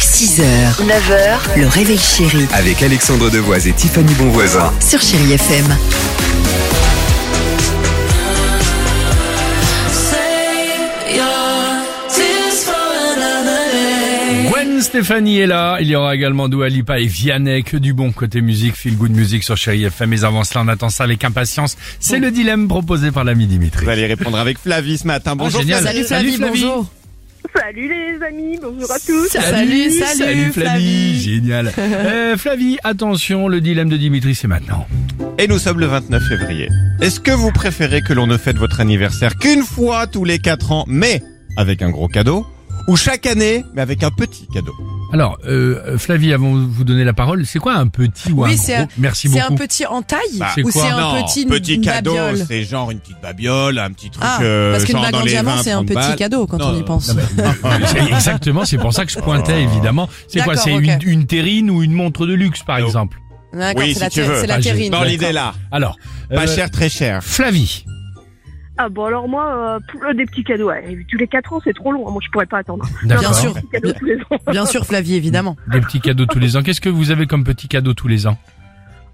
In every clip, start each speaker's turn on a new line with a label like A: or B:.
A: 6h, 9h, le réveil chéri
B: Avec Alexandre Devoise et Tiffany Bonvoisin.
A: sur Chéri FM.
C: Gwen Stéphanie est là, il y aura également Dua Lipa et Vianney, que du bon côté musique, feel good musique sur Chéri FM. Mais avant cela, on attend ça avec impatience. C'est le dilemme proposé par l'ami Dimitri. Ah,
D: Vous allez répondre avec Flavie ce matin. Bonjour.
C: génial.
D: Flavie.
C: bonjour.
E: Salut les amis, bonjour à tous.
C: Salut, salut, Flavie. Génial. Euh, Flavie, attention, le dilemme de Dimitri, c'est maintenant.
D: Et nous sommes le 29 février. Est-ce que vous préférez que l'on ne fête votre anniversaire qu'une fois tous les 4 ans, mais avec un gros cadeau ou chaque année, mais avec un petit cadeau.
C: Alors, euh, Flavie, avant de vous donner la parole, c'est quoi un petit ou un
F: Oui,
C: gros
F: c'est un-
C: Merci
F: C'est
C: beaucoup.
F: un petit en taille
D: Bah,
C: C'est
F: ou
C: quoi
F: c'est un
D: Non,
F: petit,
D: petit
F: une
D: cadeau,
F: babiole
D: c'est genre une petite babiole, un petit truc
F: Ah,
D: euh,
F: parce qu'une
D: genre
F: bague
D: dans
F: en
D: les
F: diamant
D: 20,
F: c'est un
D: 30
F: petit
D: balles.
F: cadeau quand
D: Non,
F: on y
D: non,
F: pense.
C: Ah bah, C'est Exactement, c'est pour ça que je pointais, évidemment. C'est quoi
F: D'accord,
C: C'est
F: ok.
C: une, une terrine ou une montre de luxe, par
D: Non.
C: exemple
F: D'accord, c'est
D: Oui, si
F: la,
D: tu
F: ter-
D: veux.
F: c'est la
C: Ah, j'ai-
F: terrine.
D: Dans
C: D'accord.
D: l'idée là,
C: Alors,
D: pas
C: euh,
D: cher, très cher.
C: Flavie.
E: Ah bon alors moi, euh, pour le- des petits cadeaux, ouais, tous les 4 ans c'est trop long, hein, moi je pourrais pas attendre.
C: D'accord.
F: Bien sûr,
E: Des cadeaux tous les ans.
F: bien sûr Flavie évidemment.
C: Des petits cadeaux tous les ans. Qu'est-ce que vous avez comme petits cadeaux tous les ans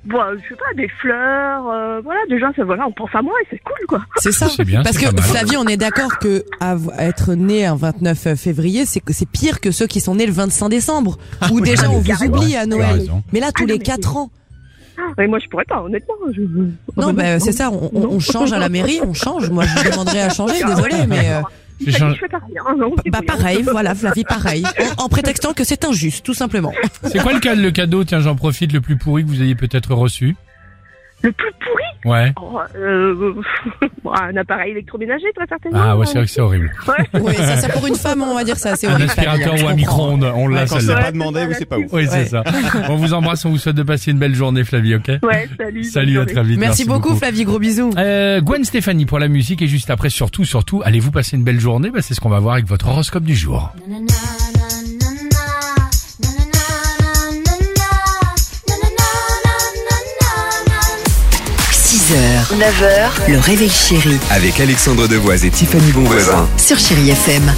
E: Bon, euh, je sais pas, des fleurs, euh, voilà, déjà ça voilà, on pense à moi et c'est cool quoi.
F: C'est ça.
C: C'est bien,
F: Parce
C: c'est
F: que
C: pas mal.
F: Flavie, on est d'accord que av- être né un 29 février, c'est que c'est pire que ceux qui sont nés le 25 décembre, où déjà on vous
E: carrément.
F: oublie à
C: Tu as
F: Noël.
C: raison.
F: Mais là, tous
E: Ah,
F: les
E: non, mais
F: 4 ans.
E: Et moi je pourrais pas honnêtement. Je...
F: Non, bah, c'est ça, on, on-
E: Ah Non.
F: on change à la mairie, on change. Moi, je vous demanderais à changer, désolé, mais. euh,
C: Je
E: Ça dit,
C: change-
E: je fais pas rien, hein, non, c'est
F: bah,
E: brouillon.
F: pareil, voilà, Flavie, pareil. En, en prétextant que c'est injuste, tout simplement.
C: C'est quoi le, ca- le cadeau Tiens, j'en profite, le plus pourri que vous ayez peut-être reçu
E: Le plus pourri,
C: Ouais.
E: oh, euh, bon, un appareil électroménager très certainement.
C: Ah ouais, c'est vrai que c'est horrible.
F: Oui, ça, c'est pour une femme, on va dire ça, c'est
C: Un
F: horrible,
C: aspirateur
F: Flavie,
C: ou un
F: je comprends.
C: micro-ondes, on l'a
F: Ouais, quand
C: celle-là.
E: Ouais,
D: pas demandé,
E: ça,
D: oui, c'est pas
E: là-dessus.
C: Oui, c'est
F: Ouais.
C: ça. On vous embrasse, on vous souhaite de passer une belle journée, Flavie, ok
E: Ouais, salut.
C: Salut, à
E: bonne
C: très vite.
F: Merci, beaucoup, Flavie, gros bisous.
C: Euh, Gwen Stéphanie pour la musique et juste après, surtout, surtout, allez-vous passer une belle journée Bah, C'est ce qu'on va voir avec votre horoscope du jour.
G: Na-na-na-na-na-na-na-na-na-na-na-na-na-na-na
A: 6h, 9h, le réveil chéri
B: Avec Alexandre Devoise et Tiffany Bonvoisin.
A: sur Chéri FM.